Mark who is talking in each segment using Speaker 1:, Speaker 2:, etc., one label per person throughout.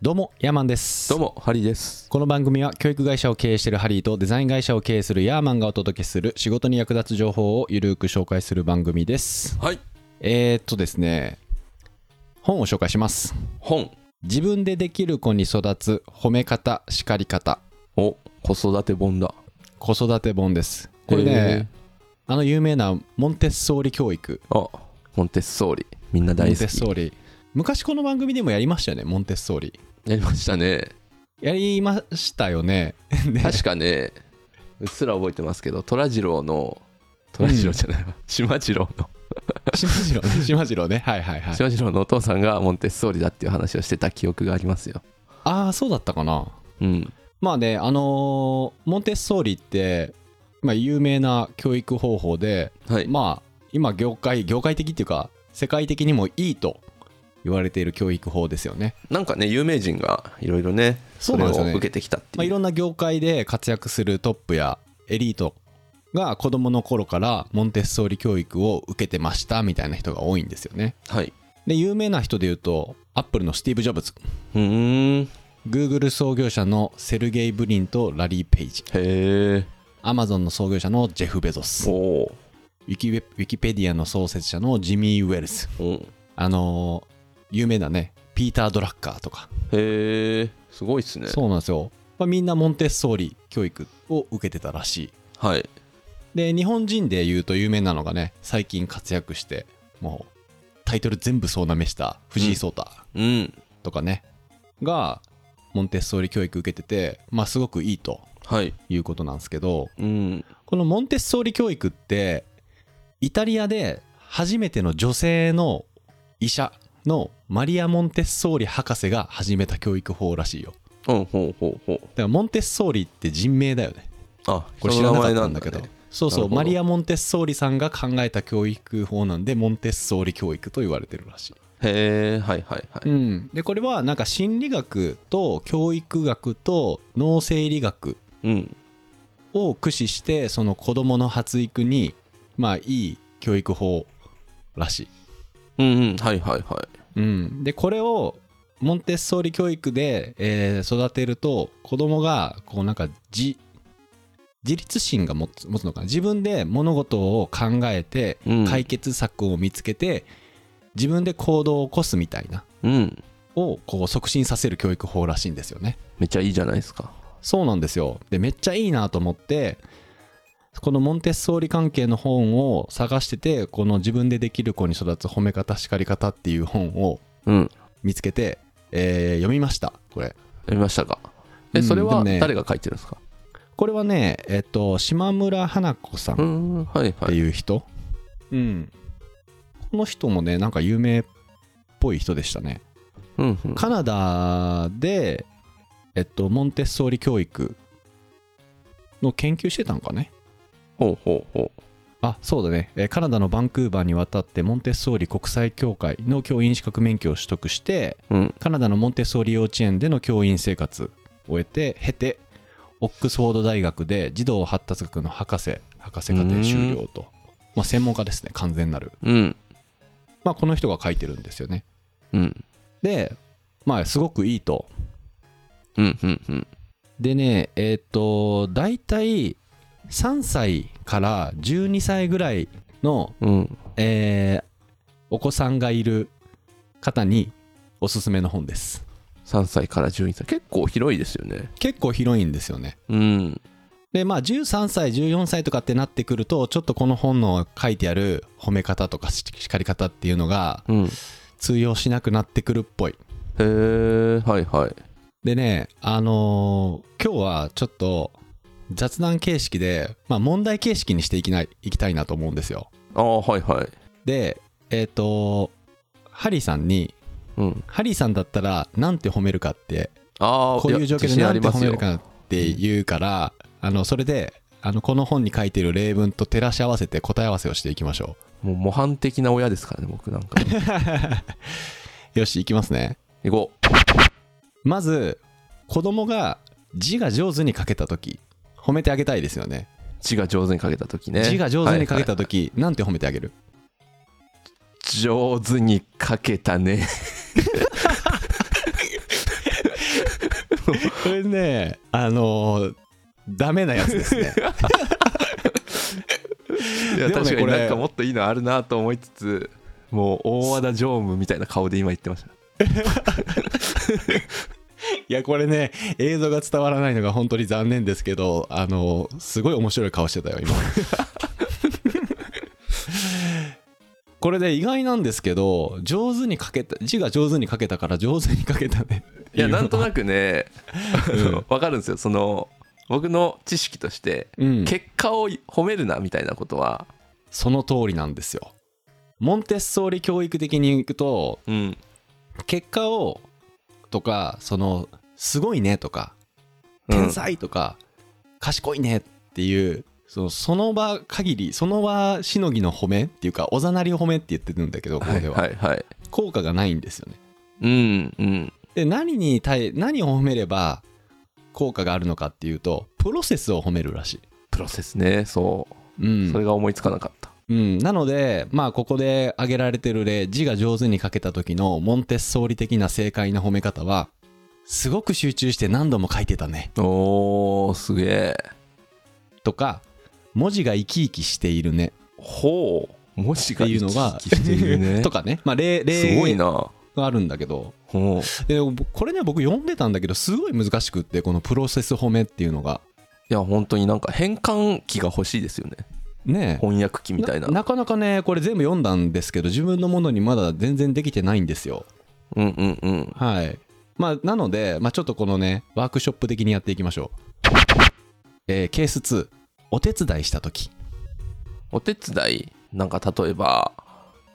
Speaker 1: どうもヤーマンです
Speaker 2: どうもハリーです
Speaker 1: この番組は教育会社を経営しているハリーとデザイン会社を経営するヤーマンがお届けする仕事に役立つ情報をゆるく紹介する番組です
Speaker 2: はい
Speaker 1: えー、っとですね本を紹介します
Speaker 2: 本
Speaker 1: 自分でできる子に育つ褒め方叱り方
Speaker 2: お子育て本だ
Speaker 1: 子育て本ですこれね、あの有名なモンテッソーリ教育
Speaker 2: えーあモンテッソーリみんな
Speaker 1: モ
Speaker 2: 大
Speaker 1: ン
Speaker 2: 好
Speaker 1: テッ
Speaker 2: き
Speaker 1: ソーリ昔この番組でもやりましたよねモンテッソーリ
Speaker 2: やりましたね
Speaker 1: やりましたよねね
Speaker 2: 確かねうっすら覚えてますけど虎次郎の虎次郎じゃないわ、島次郎の
Speaker 1: 島次郎ね島次郎ねはいはいはい
Speaker 2: 島次郎のお父さんがモンテッソーリだっていう話をしてた記憶がありますよ
Speaker 1: ああそうだったかな
Speaker 2: うん
Speaker 1: まあねあのーモンテッソーリって、まあ、有名な教育方法で、
Speaker 2: はい、
Speaker 1: まあ今業界業界的っていうか世界的にもいいと言われている教育法ですよね、
Speaker 2: なんかね有名人がいろいろね
Speaker 1: そ
Speaker 2: そう
Speaker 1: な
Speaker 2: れ
Speaker 1: ん
Speaker 2: を
Speaker 1: ですよね
Speaker 2: 受けてきたって
Speaker 1: まあ、
Speaker 2: い、
Speaker 1: いうろんな業界で活躍するトップやエリートが子供の頃からモンテッソーリ教育を受けてましたみたいな人が多いんですよね
Speaker 2: はい
Speaker 1: で有名な人で言うとアップルのスティーブ・ジョブズ
Speaker 2: うーんへ
Speaker 1: Google 創業者のセルゲイ・ブリンとラリー・ペイジ
Speaker 2: え
Speaker 1: Amazon の創業者のジェフ・ベゾス
Speaker 2: おお
Speaker 1: ウィキウェウィキペディアの創設者のジミー・ウェルス。
Speaker 2: ーうん
Speaker 1: あのー有名なね、ピーター・ドラッカーとか。
Speaker 2: へえすごいっすね
Speaker 1: そうなんですよ。まあ、みんなモンテッソーリ教育を受けてたらしい。
Speaker 2: はい
Speaker 1: で、日本人で言うと有名なのがね、最近活躍して、もう、タイトル全部総なめした藤井聡太
Speaker 2: うん
Speaker 1: とかね、が、モンテッソーリ教育受けてて、まあ、すごくいいと
Speaker 2: はい
Speaker 1: いうことなんですけど、
Speaker 2: うん
Speaker 1: このモンテッソーリ教育ってイタリアで初めての女性の医者のマリア・モンテッソーリ博士が始めた教育法らしいよ
Speaker 2: うんほうほうほ
Speaker 1: だ
Speaker 2: う
Speaker 1: からモンテッソーリって人名だよね
Speaker 2: あ
Speaker 1: これ知
Speaker 2: 人
Speaker 1: ら
Speaker 2: の
Speaker 1: なか
Speaker 2: 名
Speaker 1: っ
Speaker 2: 前
Speaker 1: た
Speaker 2: なんん
Speaker 1: だ
Speaker 2: だ
Speaker 1: けど
Speaker 2: けど
Speaker 1: そうそ
Speaker 2: な
Speaker 1: う
Speaker 2: るほど
Speaker 1: マリア・モンテッソーリさんが考えた教育法なんでモンテッソーリ教育と言われてるらしい
Speaker 2: へえはいはいはい
Speaker 1: うん、でこれはなんか心理学と教育学と脳生理学
Speaker 2: うん
Speaker 1: を駆使してその子どもの発育にまあいい教育法らしい、
Speaker 2: うんうんはいはいは
Speaker 1: うん、でこれをモンテッソーリ教育で、えー育てると子どもがこうなんか自自立心が持つ持つのかな自分で物事を考えて
Speaker 2: いうん
Speaker 1: 解決策を見つけて、自分で行動を起こすみたいな
Speaker 2: うん
Speaker 1: をこう促進させる教育法らしいんですよね。
Speaker 2: めっちゃいいじゃないですか
Speaker 1: そうなんですよ。で、めっちゃいいなと思って、このモンテッソーリ関係の本を探してて、この自分でできる子に育つ褒め方、叱り方っていう本を
Speaker 2: うん
Speaker 1: 見つけて、えー読みました、これ。
Speaker 2: 読みましたか
Speaker 1: う
Speaker 2: え
Speaker 1: ん
Speaker 2: それ
Speaker 1: でも
Speaker 2: は
Speaker 1: ね
Speaker 2: 誰が書いてるんですか
Speaker 1: これはね、えっと、島村花子さん
Speaker 2: う
Speaker 1: っ
Speaker 2: んはいは
Speaker 1: て
Speaker 2: い
Speaker 1: いう人。うん。この人もね、なんか有名っぽい人でしたね。
Speaker 2: うんうん
Speaker 1: カナダで、えっと、モンテッソーリ教育の研究してたんかね。
Speaker 2: ほうほうほ
Speaker 1: あそうだね、えーカナダのバンクーバーに渡ってモンテッソーリ国際協会の教員資格免許を取得して
Speaker 2: ううん
Speaker 1: カナダのモンテッソーリ幼稚園での教員生活を終えて経てオックスフォード大学で児童発達学の博士博士課程修了と、まあ、専門家ですね完全なる、
Speaker 2: うん
Speaker 1: まあ、この人が書いてるんですよね
Speaker 2: うん
Speaker 1: でまあすごくいいと
Speaker 2: うんうんうん
Speaker 1: でねえーっと大体3歳から12歳ぐらいの
Speaker 2: うん
Speaker 1: えーお子さんがいる方におすすめの本です
Speaker 2: 3歳から12歳結構広いですよね
Speaker 1: 結構広いんですよね
Speaker 2: うん
Speaker 1: でまあ13歳14歳とかってなってくるとちょっとこの本の書いてある褒め方とかし叱り方っていうのが
Speaker 2: うんへ
Speaker 1: 通用しなくなってくるっぽい
Speaker 2: えはいはい
Speaker 1: でねあのー今日はちょっと雑談形式で、まあ、問題形式にしていきないいきたいなと思うんですよ
Speaker 2: ああはいはい
Speaker 1: でえっ、とハリーさんに
Speaker 2: うん
Speaker 1: ハリーさんだったらなんて褒めるかって
Speaker 2: ああ
Speaker 1: こういう状況でなんて褒める
Speaker 2: よ
Speaker 1: かって言うから、あのそれであのこの本に書いてる例文と照らし合わせて答え合わせをしていきましょ
Speaker 2: もう模範的な親ですからね僕なんか
Speaker 1: う。よし、いきますね。
Speaker 2: 行こ
Speaker 1: まず、子供が字が上手に書けたとき、褒めてあげたいですよね。
Speaker 2: う字が上手に書けた時ね
Speaker 1: 字が上手に書け
Speaker 2: はいはい
Speaker 1: たとき、なんて褒めてあげる
Speaker 2: 上手に書けたね
Speaker 1: これねあのーダメなやつですね
Speaker 2: い
Speaker 1: でも
Speaker 2: や
Speaker 1: ね
Speaker 2: 確かに
Speaker 1: これ
Speaker 2: なんかもっといいのあるなと思いつつもう大和田常務みたいな顔で今言ってました
Speaker 1: いやこれね映像が伝わらないのが本当に残念ですけどあのーすごい面白い顔してた よ今これで意外なんですけど上手に書けた字が上手に書けたから上手に書けたね
Speaker 2: いや
Speaker 1: ってうのは
Speaker 2: なんとな くね わかるんですよその僕の知識として
Speaker 1: うん、
Speaker 2: 結果を褒めるなみたいなことは
Speaker 1: その通りなんですよモンテッソーリ教育的にいくと
Speaker 2: うん
Speaker 1: 結果をとかそのすごいねとか
Speaker 2: うん
Speaker 1: 天才とか、賢いねっていうそのその場限りその場しのぎの褒めっていうかおざなり褒めって言ってるんだけどこ
Speaker 2: は
Speaker 1: れ
Speaker 2: い
Speaker 1: では、
Speaker 2: はいはい
Speaker 1: 効果がないんですよね
Speaker 2: うんうん
Speaker 1: で何に対何を褒めれば効果があるのかっていうとプロセスを褒めるらしい、
Speaker 2: プロセスねそうう、
Speaker 1: ん
Speaker 2: それが思いつかなかった
Speaker 1: うん、なのでまあここで挙げられてる例字が上手に書けた時のモンテッソーリ的な正解の褒め方はすごく集中して何度も書いてたね
Speaker 2: おーすげえ
Speaker 1: とか文字が生き生きしているね
Speaker 2: ほう文字
Speaker 1: って
Speaker 2: が
Speaker 1: いうのが
Speaker 2: 生き生きしている ね
Speaker 1: とかねまあ例
Speaker 2: すごい
Speaker 1: 例
Speaker 2: な
Speaker 1: があるんだけど
Speaker 2: ほう
Speaker 1: でこれね僕読んでたんだけどすごい難しくってこのプロセス褒めっていうのが
Speaker 2: いや本当になんか変換機が欲しいですよね
Speaker 1: ねえ
Speaker 2: 翻訳機みたいな
Speaker 1: なかなかねこれ全部読んだんですけど自分のものにまだ全然できてないんですよ
Speaker 2: うんうんうん
Speaker 1: はい。まあ、なので、まあ、ちょっとこのね、ワークショップ的にやっていきましょう。えーケース2、お手伝いしたとき。
Speaker 2: お手伝いなんか例えば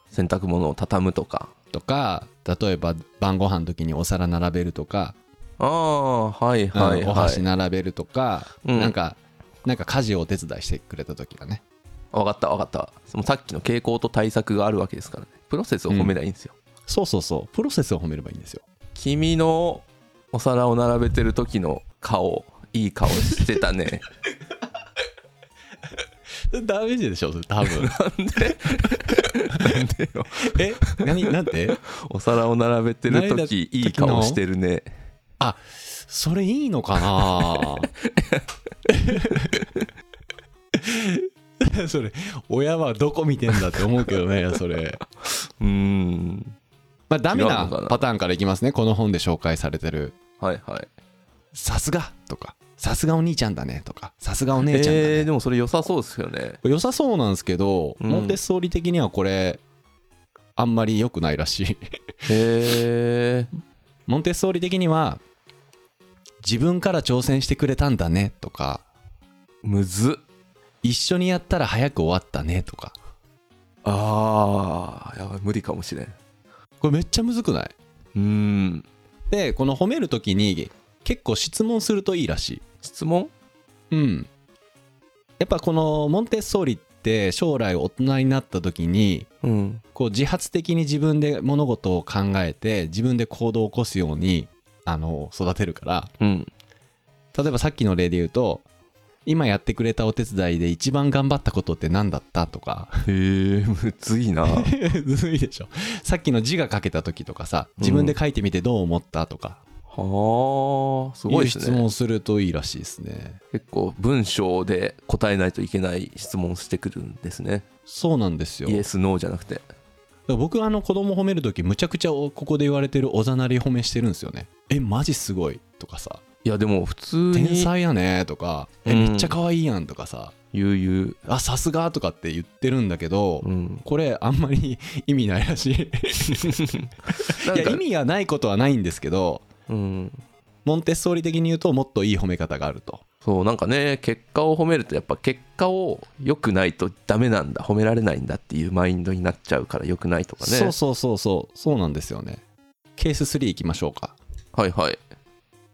Speaker 2: 洗濯物を畳むとか
Speaker 1: とか、例えば晩ご飯の時にお皿並べるとか、
Speaker 2: ああはい
Speaker 1: うん
Speaker 2: はい
Speaker 1: お
Speaker 2: は
Speaker 1: 箸
Speaker 2: い、
Speaker 1: 並べるとか、
Speaker 2: うん
Speaker 1: なんか、なんか家事をお手伝いしてくれた時だね。
Speaker 2: 分かった分かったそのさっきの傾向と対策があるわけですからねプロセスを褒めないいんですよ、
Speaker 1: そうそうそう、プロセスを褒めればいいんですよ。
Speaker 2: 君のお皿を並べてる時の顔いい顔して たね
Speaker 1: ダメージでしょ、それ多分。
Speaker 2: なんでよ
Speaker 1: え何なんて
Speaker 2: お皿を並べてる
Speaker 1: 並べた
Speaker 2: 時
Speaker 1: 時の
Speaker 2: いい顔してるね
Speaker 1: あそれいいのかな それ親はどこ見てんだって思うけどねそれ
Speaker 2: うーん
Speaker 1: まあダメ
Speaker 2: 違う
Speaker 1: な
Speaker 2: のかな
Speaker 1: パターンからいきますねこの本で紹介されてる
Speaker 2: はいはい
Speaker 1: 「さすが」とか「さすがお兄ちゃんだね」とか「さすがお
Speaker 2: え
Speaker 1: 姉ちゃんだね」
Speaker 2: ーでもそれ良さそうですよね
Speaker 1: これ良さそうなんですけど、
Speaker 2: うん
Speaker 1: モンテッソーリ的にはこれあんまり良くないらしい
Speaker 2: へえ
Speaker 1: モンテッソーリ的には「自分から挑戦してくれたんだね」とか
Speaker 2: むずっ
Speaker 1: 「一緒にやったら早く終わったね」とか
Speaker 2: あーやばい無理かもしれん
Speaker 1: これめっちゃむずくないう
Speaker 2: ーん
Speaker 1: でこの褒めるときに結構質問するといいらし
Speaker 2: 質問
Speaker 1: いうんやっぱこのモンテッソーリって将来大人になった時に
Speaker 2: うん
Speaker 1: こう自発的に自分で物事を考えて自分で行動を起こすようにあの育てるから
Speaker 2: うん
Speaker 1: 例えばさっきの例で言うと今やってくれたお手伝いで一番頑張ったことって何だったと か
Speaker 2: へえむずい な
Speaker 1: むずいでしょさっきの字が書けた時とかさ自分で書いてみてどう思ったとか、
Speaker 2: はあす
Speaker 1: い
Speaker 2: ご
Speaker 1: う
Speaker 2: いです
Speaker 1: 質
Speaker 2: ね
Speaker 1: 問するといいらしいですね
Speaker 2: 結構文章で答えないといけない質問してくるんですね
Speaker 1: そうなんですよ
Speaker 2: イエスノーじゃなくて
Speaker 1: だから僕はあの子供褒める時むちゃくちゃここで言われてるおざなり褒めしてるんですよねえマジすごいとかさ
Speaker 2: いやでも普通
Speaker 1: 天
Speaker 2: に
Speaker 1: 才やねとかえ
Speaker 2: うん
Speaker 1: めっちゃ可愛いやんとかさ
Speaker 2: 悠
Speaker 1: あさすがとかって言ってるんだけど、
Speaker 2: 々うん
Speaker 1: これあんまり意味ないらしいい
Speaker 2: なん
Speaker 1: や
Speaker 2: か
Speaker 1: 意味がないことはないんですけど
Speaker 2: うん
Speaker 1: モンテッソーリ的に言うともっといい褒め方があると
Speaker 2: そうなんかね結果を褒めるとやっぱ結果を良くないとダメなんだ褒められないんだっていうマインドになっちゃうから良くないとかね
Speaker 1: そうそうそうそうそうなんですよねケース3いきましょうか
Speaker 2: はいはい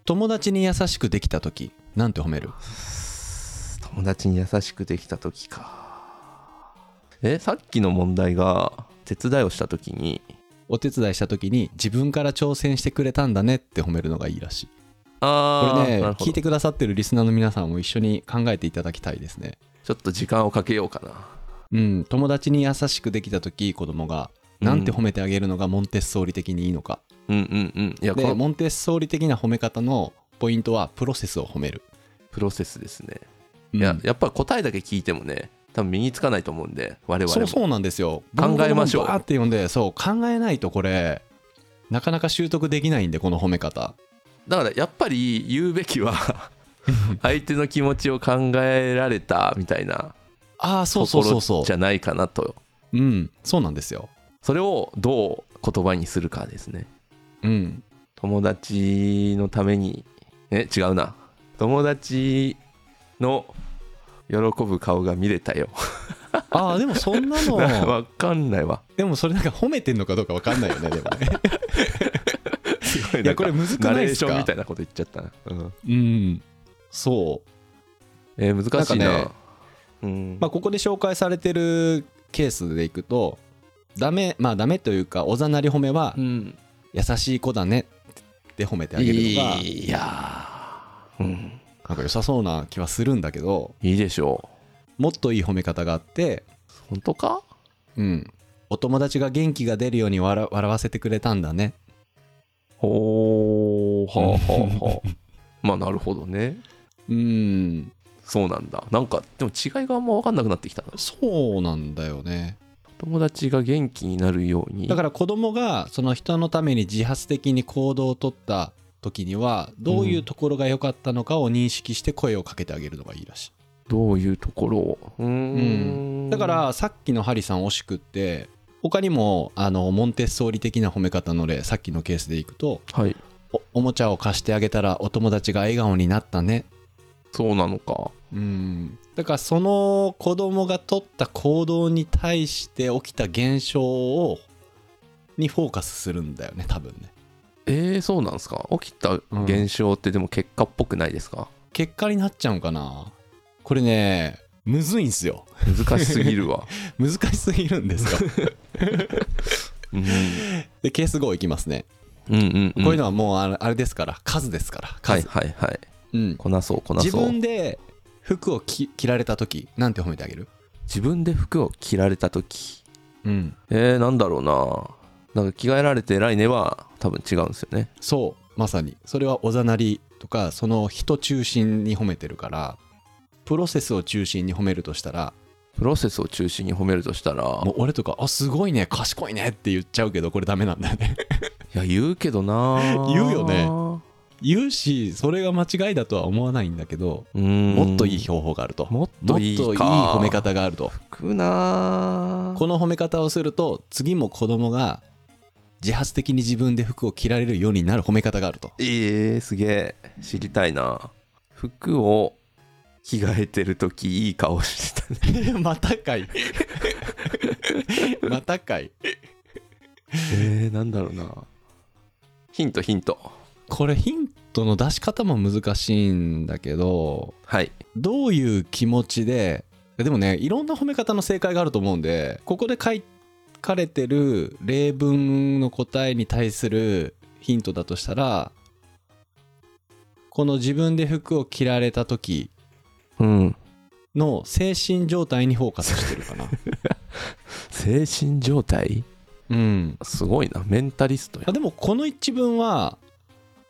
Speaker 1: 友達に優しくできた時なんて褒める
Speaker 2: 友達に優しくできた時かえさっきの問題が手伝いをした時に
Speaker 1: お手伝いした時に自分から挑戦してくれたんだねって褒めるのがいいらしい
Speaker 2: あ
Speaker 1: こ
Speaker 2: あ、
Speaker 1: れね
Speaker 2: なるほ
Speaker 1: 聞い
Speaker 2: ど
Speaker 1: てくださってるリスナーの皆さんも一緒に考えていただきたいですね
Speaker 2: ちょっと時間をかけようかな
Speaker 1: うん友達に優しくできた時子供がなんて褒めてあげるのがモンテッソーリ的にいいのか、
Speaker 2: うんうんうんいやこ
Speaker 1: で
Speaker 2: の
Speaker 1: モンテッソーリ的な褒め方のポイントはプロセスを褒める、
Speaker 2: プロセスですね、
Speaker 1: うん
Speaker 2: いややっぱり答えだけ聞いてもね多分身につかないと思うんで我々
Speaker 1: そ
Speaker 2: も
Speaker 1: うそうなんですよ
Speaker 2: 考えましょう
Speaker 1: バーって読んでそう考えないとこれなかなか習得できないんでこの褒め方
Speaker 2: だからやっぱり言うべきは相手の気持ちを考えられたみたいな
Speaker 1: ああそ
Speaker 2: と
Speaker 1: うそ
Speaker 2: こ
Speaker 1: うそう
Speaker 2: ろ
Speaker 1: そ
Speaker 2: じゃないかなと
Speaker 1: ううんそうなんですよ
Speaker 2: それをどう言葉にするかですね
Speaker 1: うん
Speaker 2: 友達のためにえ違うな友達の喜ぶ顔が見れたよ
Speaker 1: ああ でもそんなの
Speaker 2: わかんないわ
Speaker 1: でもそれなんか褒めてんのかどうか分かんないよね でもね
Speaker 2: すごい
Speaker 1: い
Speaker 2: な
Speaker 1: や
Speaker 2: んか
Speaker 1: これ難く
Speaker 2: ナ
Speaker 1: な
Speaker 2: レ
Speaker 1: い
Speaker 2: ー
Speaker 1: です
Speaker 2: ション
Speaker 1: か
Speaker 2: みたいなこと言っちゃったな、うん
Speaker 1: うんそう
Speaker 2: えー難しいな
Speaker 1: なんかね
Speaker 2: うん
Speaker 1: まあ、ここで紹介されてるケースでいくとダメまあダメというかおざなり褒めは
Speaker 2: うん
Speaker 1: 優しい子だねって褒めてあげるのが
Speaker 2: いやーうん
Speaker 1: なんか良さそうな気はするんだけど
Speaker 2: いいでしょ
Speaker 1: もっといい褒め方があって
Speaker 2: う本当か
Speaker 1: うんお友達が元気が出るように笑笑わせてくれたんだね
Speaker 2: ほーはあはあ はあまあなるほどね
Speaker 1: うん
Speaker 2: そうなんだなんかでも違いがあんま分かんなくなってきたな
Speaker 1: そうなんだよね
Speaker 2: 友達が元気になるように
Speaker 1: だから子供がその人のために自発的に行動をとった時にはどういうところが良かったのかを認識して声をかけてあげるのがいいらしい
Speaker 2: どういうところをうーん
Speaker 1: だからさっきのハリさん惜しくって他にもあのモンテッソーリ的な褒め方の例さっきのケースでいくと
Speaker 2: はい
Speaker 1: おおもちゃを貸してあげたらお友達が笑顔になったね
Speaker 2: そうなのか
Speaker 1: うんだからその子供が取った行動に対して起きた現象をにフォーカスするんだよね多分ね
Speaker 2: えー、そうなんですか起きた現象ってでも結果っぽくないですか、
Speaker 1: 結果になっちゃうんかなこれねむずいんすよ
Speaker 2: 難しすぎる わ
Speaker 1: 難しすぎるんです よ
Speaker 2: うん
Speaker 1: でケース5いきますね
Speaker 2: うんうん、うん、
Speaker 1: こういうのはもうあれあれですから数ですから数、
Speaker 2: はいはいはい
Speaker 1: うん、
Speaker 2: こなそうこなそう
Speaker 1: 自分で服をき着られた時なんて褒めてあげる
Speaker 2: 自分で服を着られた時
Speaker 1: うん
Speaker 2: えー、なんだろうななんか着替えられて偉いねは多分違うんですよね
Speaker 1: そうまさにそれはおざなりとかその人中心に褒めてるからプロセスを中心に褒めるとしたら
Speaker 2: プロセスを中心に褒めるとしたら
Speaker 1: もう俺とか「あすごいね賢いね」って言っちゃうけどこれダメなんだよね
Speaker 2: いや言うけどな
Speaker 1: 言うよね言うしそれが間違いだとは思わないんだけど
Speaker 2: うん
Speaker 1: もっといい方法があると
Speaker 2: もっといいか
Speaker 1: もっと褒め方があると
Speaker 2: くな
Speaker 1: この褒め方をすると次も子供が自発的に自分で服を着られるようになる褒め方がある と
Speaker 2: えー、すげえ知りたいな服を着替えてる時いい顔してたね
Speaker 1: またかい またかい
Speaker 2: えー、なんだろうなヒントヒント
Speaker 1: これヒントの出し方も難しいんだけど
Speaker 2: はい
Speaker 1: どういう気持ちででもねいろんな褒め方の正解があると思うんでここで書かれてる例文の答えに対するヒントだとしたらこの自分で服を着られた時
Speaker 2: うん
Speaker 1: の精神状態にフォーカスしてるかな
Speaker 2: 精神状態
Speaker 1: うん
Speaker 2: すごいなメンタリストや
Speaker 1: あでもこの一文は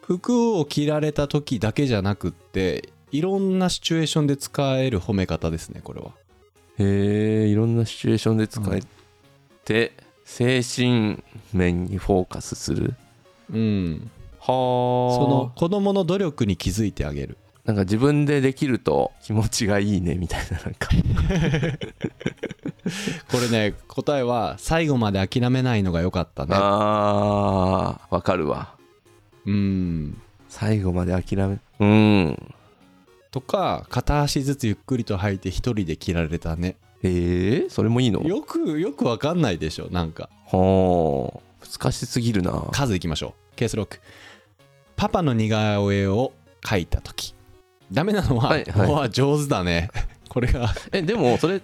Speaker 1: 服を着られた時だけじゃなくっていろんなシチュエーションで使える褒め方ですねこれは
Speaker 2: へえいろんなシチュエーションで使えて、精神面にフォーカスする
Speaker 1: うん
Speaker 2: はあ
Speaker 1: その子供の努力に気づいてあげる
Speaker 2: なんか自分でできると気持ちがいいねみたいななんか
Speaker 1: これね答えは最後まで諦めないのが良かったね
Speaker 2: あーわかるわ
Speaker 1: うん
Speaker 2: 最後まで諦めうん
Speaker 1: とか片足ずつゆっくりと履いて一人で着られたね
Speaker 2: えー、それもいいの
Speaker 1: よくよくわかんないでしょなんか
Speaker 2: はあ難しすぎるな
Speaker 1: 数いきましょうケース6パパの似顔絵を描いた時ダメなのは、
Speaker 2: はいはい
Speaker 1: おわ上手だね これが、
Speaker 2: えでもそれ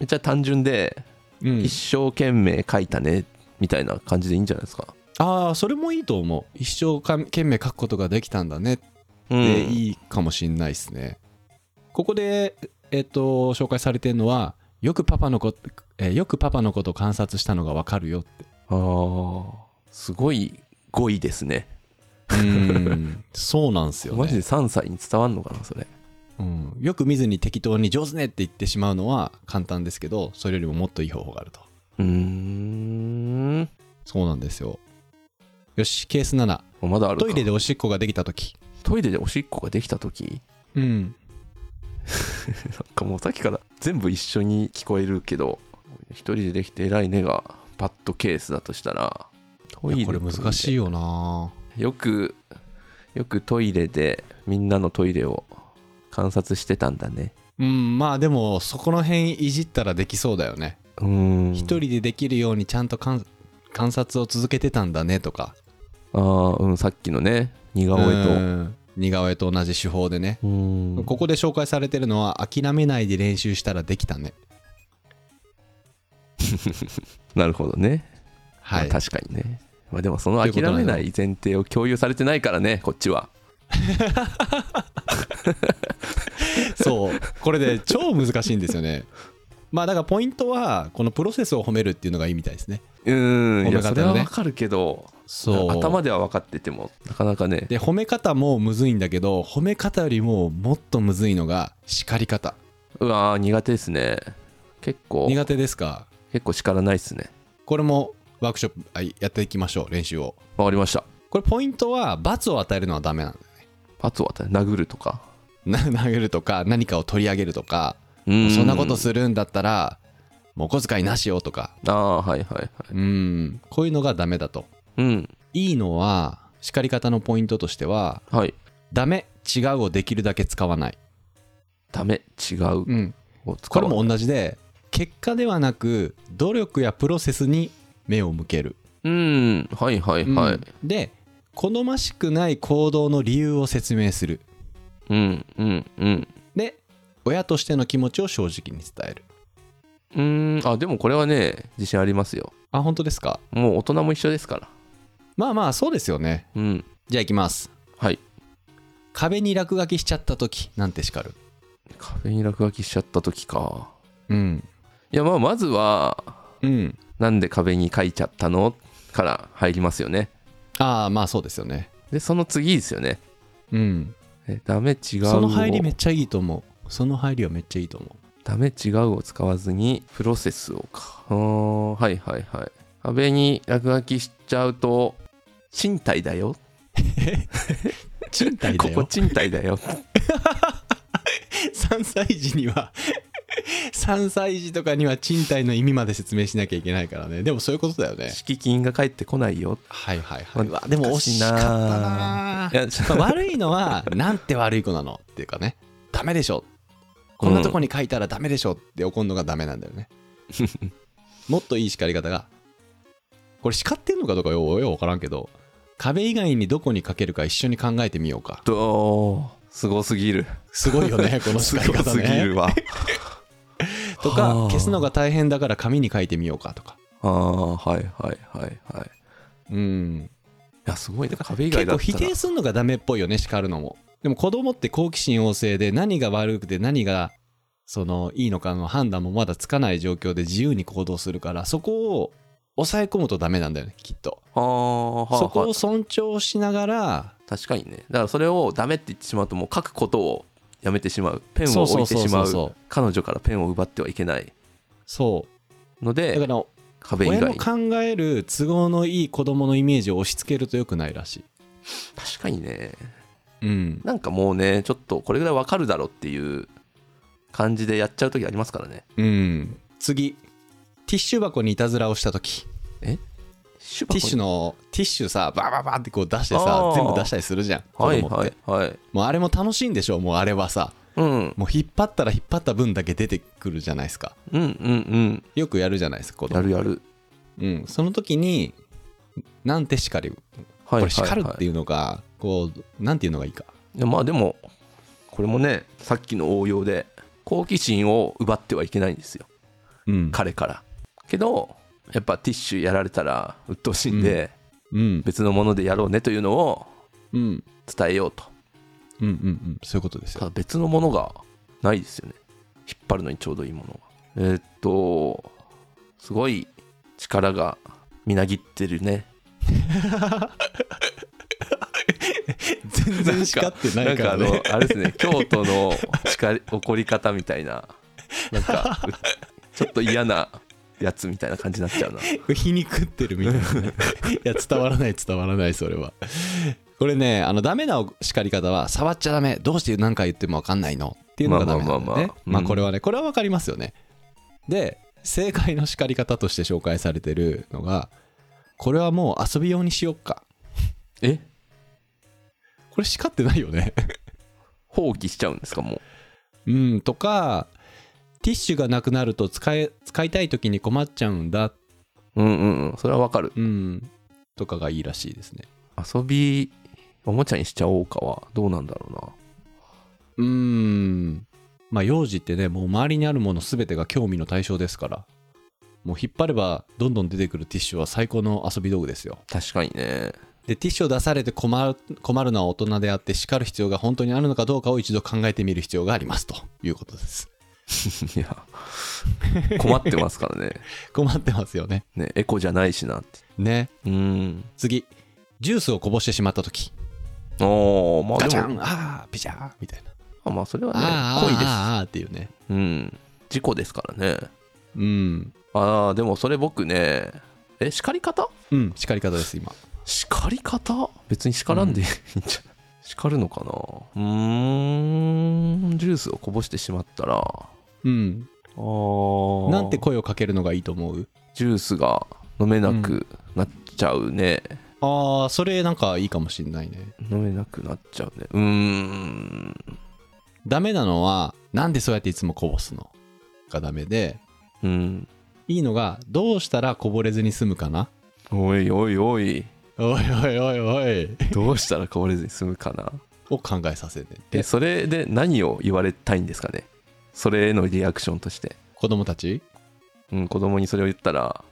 Speaker 2: めっちゃ単純で、
Speaker 1: うん
Speaker 2: 一生懸命書いたねみたいな感じでいいんじゃないですか
Speaker 1: ああそれもいいと思う一生懸命描くことができたんだねっ
Speaker 2: うん
Speaker 1: ていいかもしんないですね、ここでえっと紹介されてるのはよくパパのこと、えーよくパパのこと観察したのがわかるよって
Speaker 2: ああ、すごい語彙ですね。
Speaker 1: うん そうなんですよ、ね、
Speaker 2: マジで3歳に伝わんのかなそれ
Speaker 1: うん、よく見ずに適当に上手ねって言ってしまうのは簡単ですけどそれよりももっといい方法があると
Speaker 2: うーん
Speaker 1: そうなんですよよしケース7
Speaker 2: まだあるか
Speaker 1: トイレでおしっこができた時
Speaker 2: トイレでおしっこができた時
Speaker 1: うん
Speaker 2: なんかもうさっきから全部一緒に聞こえるけど一人でできて偉いねがパッドケースだとしたらト
Speaker 1: いやこれ難しいよな
Speaker 2: よくよくトイレでみんなのトイレを観察してたんだね
Speaker 1: うんまあでもそこの辺いじったらできそうだよね
Speaker 2: うーん
Speaker 1: 一、人でできるようにちゃんとかん観察を続けてたんだねとか
Speaker 2: ああうんさっきのね似顔絵と
Speaker 1: うん似顔絵と同じ手法でね
Speaker 2: うーん
Speaker 1: ここで紹介されてるのは諦めないで練習したらできたね
Speaker 2: なるほどね、
Speaker 1: は
Speaker 2: ま
Speaker 1: い
Speaker 2: あ確かにね、まあ、でもその
Speaker 1: というこ
Speaker 2: 諦
Speaker 1: となんだ
Speaker 2: めない前提を共有されてないからねこっちは
Speaker 1: そうこれで超難しいんですよ ねまあだからポイントはこのプロセスを褒めるっていうのがいいみたいですね
Speaker 2: うーん、
Speaker 1: 褒
Speaker 2: い
Speaker 1: め
Speaker 2: や
Speaker 1: 方
Speaker 2: そ
Speaker 1: ね
Speaker 2: れはわかるけど
Speaker 1: そう
Speaker 2: 頭では分かっててもなかなかね
Speaker 1: で褒め方もむずいんだけど褒め方よりももっとむずいのが叱り方
Speaker 2: うわー苦手ですね結構
Speaker 1: 苦手ですか
Speaker 2: 結構叱らないですね
Speaker 1: これもワークショップあやっていきましょう練習を
Speaker 2: わかりました
Speaker 1: これポイントは罰を与えるのはダメなん
Speaker 2: 罰を与え殴るとか
Speaker 1: だ よな投げるとか何かを取り上げるとか
Speaker 2: う
Speaker 1: そんなこと
Speaker 2: る
Speaker 1: するんだったらもうお小遣いなしよとか
Speaker 2: ああはいはいはい
Speaker 1: うんこういうのがダメだと
Speaker 2: うん
Speaker 1: いいのは叱り方のポイントとしては
Speaker 2: はい
Speaker 1: ダメ違うをできるだけ使わない、
Speaker 2: ダメ違う
Speaker 1: うん、
Speaker 2: を使
Speaker 1: こ
Speaker 2: う
Speaker 1: れも同じで結果ではなく努力やプロセスに目を向ける、
Speaker 2: うんはいはいは
Speaker 1: う
Speaker 2: い
Speaker 1: んで好ましくない行動の理由を説明する
Speaker 2: うんうんうん
Speaker 1: で親としての気持ちを正直に伝える
Speaker 2: うーんあでもこれはね自信ありますよ
Speaker 1: あ本当ですか
Speaker 2: もう大人も一緒ですから
Speaker 1: まあまあそうですよね
Speaker 2: うん
Speaker 1: じゃあいきます
Speaker 2: はい
Speaker 1: 壁に落書きしちゃった時なんて叱る
Speaker 2: 壁に落書きしちゃった時か
Speaker 1: うん
Speaker 2: いやまあまずは
Speaker 1: うん
Speaker 2: なんで壁に書いちゃったのから入りますよね
Speaker 1: ああまあそうですよね
Speaker 2: でその次ですよね
Speaker 1: うん
Speaker 2: えダメ違うを
Speaker 1: その入りめっちゃいいと思うその入りはめっちゃいいと思う
Speaker 2: ダメ違うを使わずにプロセスをかうーんはいはいはい壁に落書きしちゃうと賃貸だよ
Speaker 1: 賃貸だ
Speaker 2: こ
Speaker 1: よ
Speaker 2: こ賃 貸だよ
Speaker 1: 3歳児には3歳児とかには賃貸の意味まで説明しなきゃいけないからねでもそういうことだよね
Speaker 2: 敷金が返ってこないよ
Speaker 1: はいはいはいう
Speaker 2: まあ
Speaker 1: わでも惜しかったな
Speaker 2: 難しいないやちょっと
Speaker 1: まあ悪いのはなんて悪い子なのっていうかねダメでしょこんなとこに書いたらダメでしょって怒るのがダメなんだよ ね、もっといい叱り方がこれ叱ってんのかどうかよよう分からんけど壁以外にどこに書けるか一緒に考えてみようか
Speaker 2: とすごすぎる
Speaker 1: すごいよ ねこの
Speaker 2: す
Speaker 1: 叱
Speaker 2: ご
Speaker 1: り方
Speaker 2: すぎ
Speaker 1: ね
Speaker 2: るわ
Speaker 1: とか
Speaker 2: はあ
Speaker 1: 消すのが大変だから紙に書いてみようかとか
Speaker 2: ああはいはいはいはいい
Speaker 1: うん
Speaker 2: やすごいね壁以外
Speaker 1: 結
Speaker 2: だ
Speaker 1: 構
Speaker 2: ったら
Speaker 1: 否定するのがダメっぽいよね叱るのもでも子供って好奇心旺盛で何が悪くて何がそのいいのかの判断もまだつかない状況で自由に行動するからそこを抑え込むとダメなんだよねきっと
Speaker 2: ああはあ
Speaker 1: そこ
Speaker 2: は
Speaker 1: を尊重しながら
Speaker 2: あ確かにねだからそれをダメって言ってしまうともう書くことをやめてしまうペンを置いてしまう
Speaker 1: そう
Speaker 2: 彼女からペンを奪ってはいけない
Speaker 1: そう
Speaker 2: の
Speaker 1: そうだ
Speaker 2: で
Speaker 1: から
Speaker 2: 壁以
Speaker 1: 親
Speaker 2: 外
Speaker 1: の
Speaker 2: に
Speaker 1: 考える都合のいい子供のイメージを押し付けると良くないらし
Speaker 2: 確かにね
Speaker 1: いうん
Speaker 2: なんかもうねちょっとこれぐらいわかるだろうっていう感じでやっちゃう時ありますからね
Speaker 1: うん次ティッシュ箱にいたずらをした時
Speaker 2: ティッシュ
Speaker 1: ティッシュ
Speaker 2: の
Speaker 1: のティッシュさバーバーバーってこう出してさ
Speaker 2: あー
Speaker 1: 全部出したりするじゃん子供っ
Speaker 2: は
Speaker 1: て、
Speaker 2: いはいはい
Speaker 1: もうあれも楽しいんでしょもうあれはさ
Speaker 2: うん
Speaker 1: もう引っ張ったら引っ張った分だけ出てくるじゃないですか
Speaker 2: うんうん
Speaker 1: よくやるじゃないですか子
Speaker 2: うんや
Speaker 1: 供、
Speaker 2: るやる
Speaker 1: うん、その時になんて叱るこ
Speaker 2: はいは
Speaker 1: れ
Speaker 2: い
Speaker 1: 叱るって
Speaker 2: い
Speaker 1: いうのがこうなんていうのがいいか
Speaker 2: やまあでもこれもねさっきの応用で好奇心を奪ってはいけないんですよ
Speaker 1: うん
Speaker 2: 彼からけどやっぱティッシュやられたら鬱陶しいんで、
Speaker 1: うん
Speaker 2: 別のものでやろうねというのを
Speaker 1: うんうん
Speaker 2: 伝えようと
Speaker 1: うんうんそういうことです
Speaker 2: た
Speaker 1: よ
Speaker 2: だ別のものがないですよね引っ張るのにちょうどいいものがえーっとすごい 力がみなぎってるね
Speaker 1: 全然叱ってないから
Speaker 2: なん
Speaker 1: ね
Speaker 2: かあのあれですね 京都の叱り怒り方みたいななんかうちょっと嫌なやつみたいな感じになっちゃうな
Speaker 1: 皮肉ってるみたいなね いや伝わらない伝わらないそれはこれねあのダメな叱り方は触っちゃダメどうして何か言っても分かんないのっていうのがダメなんだよねま
Speaker 2: まあ
Speaker 1: あ
Speaker 2: まあまあまあうん
Speaker 1: これはねこれは分かりますよねで正解の叱り方として紹介されてるのがこれはもう遊び用にしよっか
Speaker 2: え
Speaker 1: これ叱ってないよね
Speaker 2: 放棄しちゃうんですかもう
Speaker 1: うんとかティッシュがなくなると使え使いたい時に困っちゃうんだ
Speaker 2: うんうんうんそれはわかる
Speaker 1: うんとかがいいらしいですね
Speaker 2: 遊びおもちゃにしちゃおうかはどうなんだろうな
Speaker 1: うーん。まあ、幼児ってね、もう周りにあるもの全てが興味の対象ですから、もう引っ張ればどんどん出てくるティッシュは最高の遊び道具ですよ。
Speaker 2: 確かにね
Speaker 1: で、ティッシュを出されて困る困るのは大人であって、叱る必要が本当にあるのかどうかを一度考えてみる必要がありますということです。
Speaker 2: いや困ってますからね
Speaker 1: 困ってますよね。
Speaker 2: ねエコじゃないしなって
Speaker 1: ね。
Speaker 2: うん
Speaker 1: 次。ジュースをこぼしてしまった時
Speaker 2: おおまあ
Speaker 1: ガチ
Speaker 2: で
Speaker 1: ャン
Speaker 2: も
Speaker 1: ああピチャーみたいな。
Speaker 2: あまあそれはね
Speaker 1: あー
Speaker 2: 恋
Speaker 1: あー、
Speaker 2: です
Speaker 1: あーあーっていうね。
Speaker 2: うん事故ですからね
Speaker 1: うん。
Speaker 2: ああでもそれ僕ねえ叱り方
Speaker 1: うん、叱り方です、今。
Speaker 2: 叱り方別に叱らんでいいん じゃない、叱るのかなうーんジュースをこぼしてしまったらあ
Speaker 1: うん。
Speaker 2: ー
Speaker 1: なんて声をかけるのがいいと思う
Speaker 2: ジュースが飲めなくなっちゃうね、
Speaker 1: ああそれなんかいいかもしんないね
Speaker 2: 飲めなくなっちゃうねうーん
Speaker 1: ダメなのはなんでそうやっていつもこぼすのがダメで
Speaker 2: うん
Speaker 1: いいのがどうしたらこぼれずに済むかな
Speaker 2: おいおいおい
Speaker 1: おいおいおいおい
Speaker 2: どうしたらこぼれずに済むかな
Speaker 1: を考えさせて
Speaker 2: え
Speaker 1: で
Speaker 2: それで何を言われたいんですかねそれへのリアクションとして、
Speaker 1: 子供たち
Speaker 2: うん、子供にそれを言ったら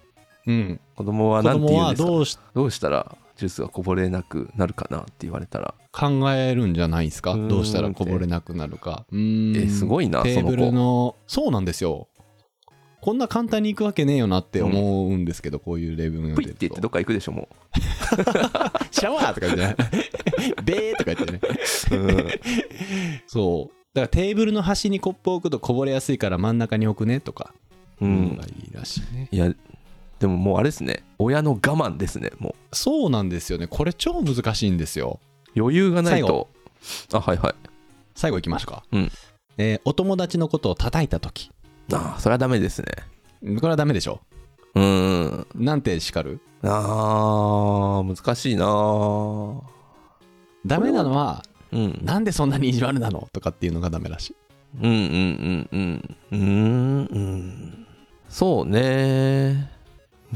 Speaker 1: うん
Speaker 2: 子供は
Speaker 1: 子
Speaker 2: 何て
Speaker 1: 供
Speaker 2: 言うん
Speaker 1: は
Speaker 2: ですか
Speaker 1: どうし
Speaker 2: どうしたらジュースがこぼれなくなるかなって言われたら、
Speaker 1: 考えるんじゃないですか
Speaker 2: うーん
Speaker 1: どうしたらこぼれなくなるかうーん
Speaker 2: えすごいな
Speaker 1: テ
Speaker 2: そ
Speaker 1: ー
Speaker 2: の
Speaker 1: ブル
Speaker 2: 子
Speaker 1: のそうなんですよこんな簡単に行くわけねえよなって思うんですけど、こういう例文
Speaker 2: プ
Speaker 1: 読
Speaker 2: イっ
Speaker 1: んで
Speaker 2: て言
Speaker 1: る
Speaker 2: ってど
Speaker 1: と
Speaker 2: っか行くでしょも
Speaker 1: 「シャワー!」とか言ってね「べー!」とか言ってね
Speaker 2: う、うん、
Speaker 1: そう。だからテーブルの端にコップを置くとこぼれやすいから真ん中に置くねとか、
Speaker 2: う
Speaker 1: いうの
Speaker 2: ん
Speaker 1: が、いいらしいね。
Speaker 2: いやでももうあれですね親の我慢ですねも
Speaker 1: そうなんですよね。これ超難しいんですよ。
Speaker 2: う余裕がない
Speaker 1: 最
Speaker 2: と
Speaker 1: 後
Speaker 2: あはいはい
Speaker 1: 最後いきましょうか。
Speaker 2: うん
Speaker 1: えーお友達のことを叩いたとき。
Speaker 2: ああそれはダメですね
Speaker 1: これはダメでしょ。
Speaker 2: うん
Speaker 1: なんて叱る
Speaker 2: あー難しいなー
Speaker 1: ダメなのは、
Speaker 2: うん
Speaker 1: なんでそんなに意地悪なのとかっていうのがダメらしい。
Speaker 2: うんうんうんうんうーんうんそうね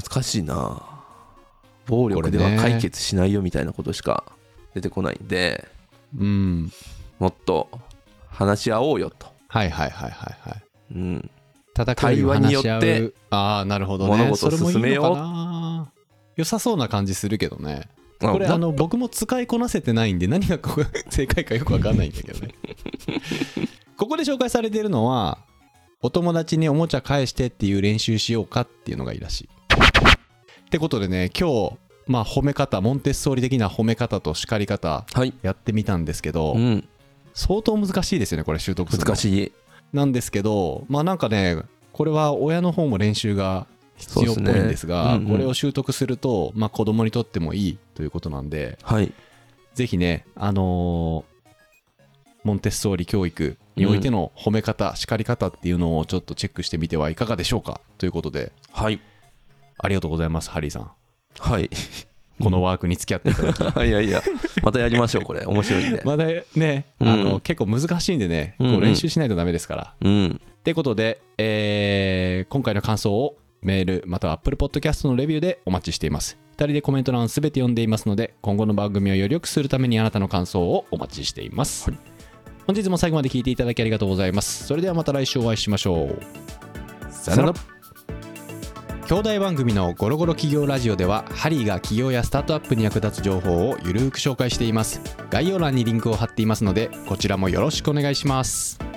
Speaker 2: 難しいな暴力で
Speaker 1: こ
Speaker 2: は
Speaker 1: れね
Speaker 2: 解決しないよみたいなことしか出てこないんで
Speaker 1: うん。
Speaker 2: もっと話し合おうよと、
Speaker 1: はいはいはいはいはい。
Speaker 2: うん、
Speaker 1: 叩くより
Speaker 2: 対話によっ
Speaker 1: 話
Speaker 2: て
Speaker 1: し合う。ああ、なるほどね。
Speaker 2: 物事
Speaker 1: そ
Speaker 2: を
Speaker 1: れもいい
Speaker 2: 進めよう
Speaker 1: のかな良さそうな感じするけどね。
Speaker 2: あ
Speaker 1: これ
Speaker 2: な
Speaker 1: あの僕も使いこなせてないんで何がここ正解かよくわかんないんだけど ねここで紹介されてるのはお友達におもちゃ返してっていう練習しようかっていうのがいいらしいってことでね今日まあ褒め方モンテッソーリ的な褒め方と叱り方
Speaker 2: はい、
Speaker 1: やってみたんですけど、
Speaker 2: うん、
Speaker 1: 相当難しいですよねこれ習得するの
Speaker 2: 難しい
Speaker 1: なんですけどまあなんかねこれは親の方も練習が必要っぽいん
Speaker 2: そうですね
Speaker 1: ですが
Speaker 2: うんうん
Speaker 1: これを習得すると、まあ、子供にとってもいいということなんで
Speaker 2: はい
Speaker 1: ぜひね、あのーモンテッソーリ教育においての褒め方、叱り方っていうのをちょっとチェックしてみてはいかがでしょうかということで、
Speaker 2: はい
Speaker 1: ありがとうございます、ハリーさん。
Speaker 2: はい
Speaker 1: このワークに付き合っていただき。
Speaker 2: い やいやまたやりましょうこれ面白いんで、
Speaker 1: まだね、
Speaker 2: うん
Speaker 1: あの結構難しいんでね、こ
Speaker 2: うんうん
Speaker 1: う練習しないとダメですから。
Speaker 2: うん
Speaker 1: ってことで、えー今回の感想をメールまたは Apple Podcast のレビューでお待ちしています。2人でコメント欄すべて読んでいますので、今後の番組をより良くするためにあなたの感想をお待ちしています。本日も最後まで聞いていただきありがとうございます。それではまた来週お会いしましょう。さ
Speaker 2: よなら。
Speaker 1: 兄弟番組のゴロゴロ企業ラジオではハリーが企業やスタートアップに役立つ情報をゆるーく紹介しています概要欄にリンクを貼っていますのでこちらもよろしくお願いします